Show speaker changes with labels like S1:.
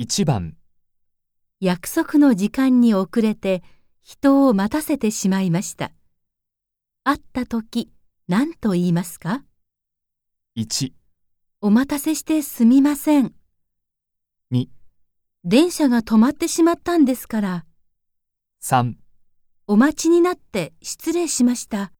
S1: 1番、
S2: 約束の時間に遅れて人を待たせてしまいました。会った時何と言いますか
S1: 1、
S2: お待たせしてすみません。
S1: 2
S2: 電車が止まってしまったんですから、
S1: 3
S2: お待ちになって失礼しました。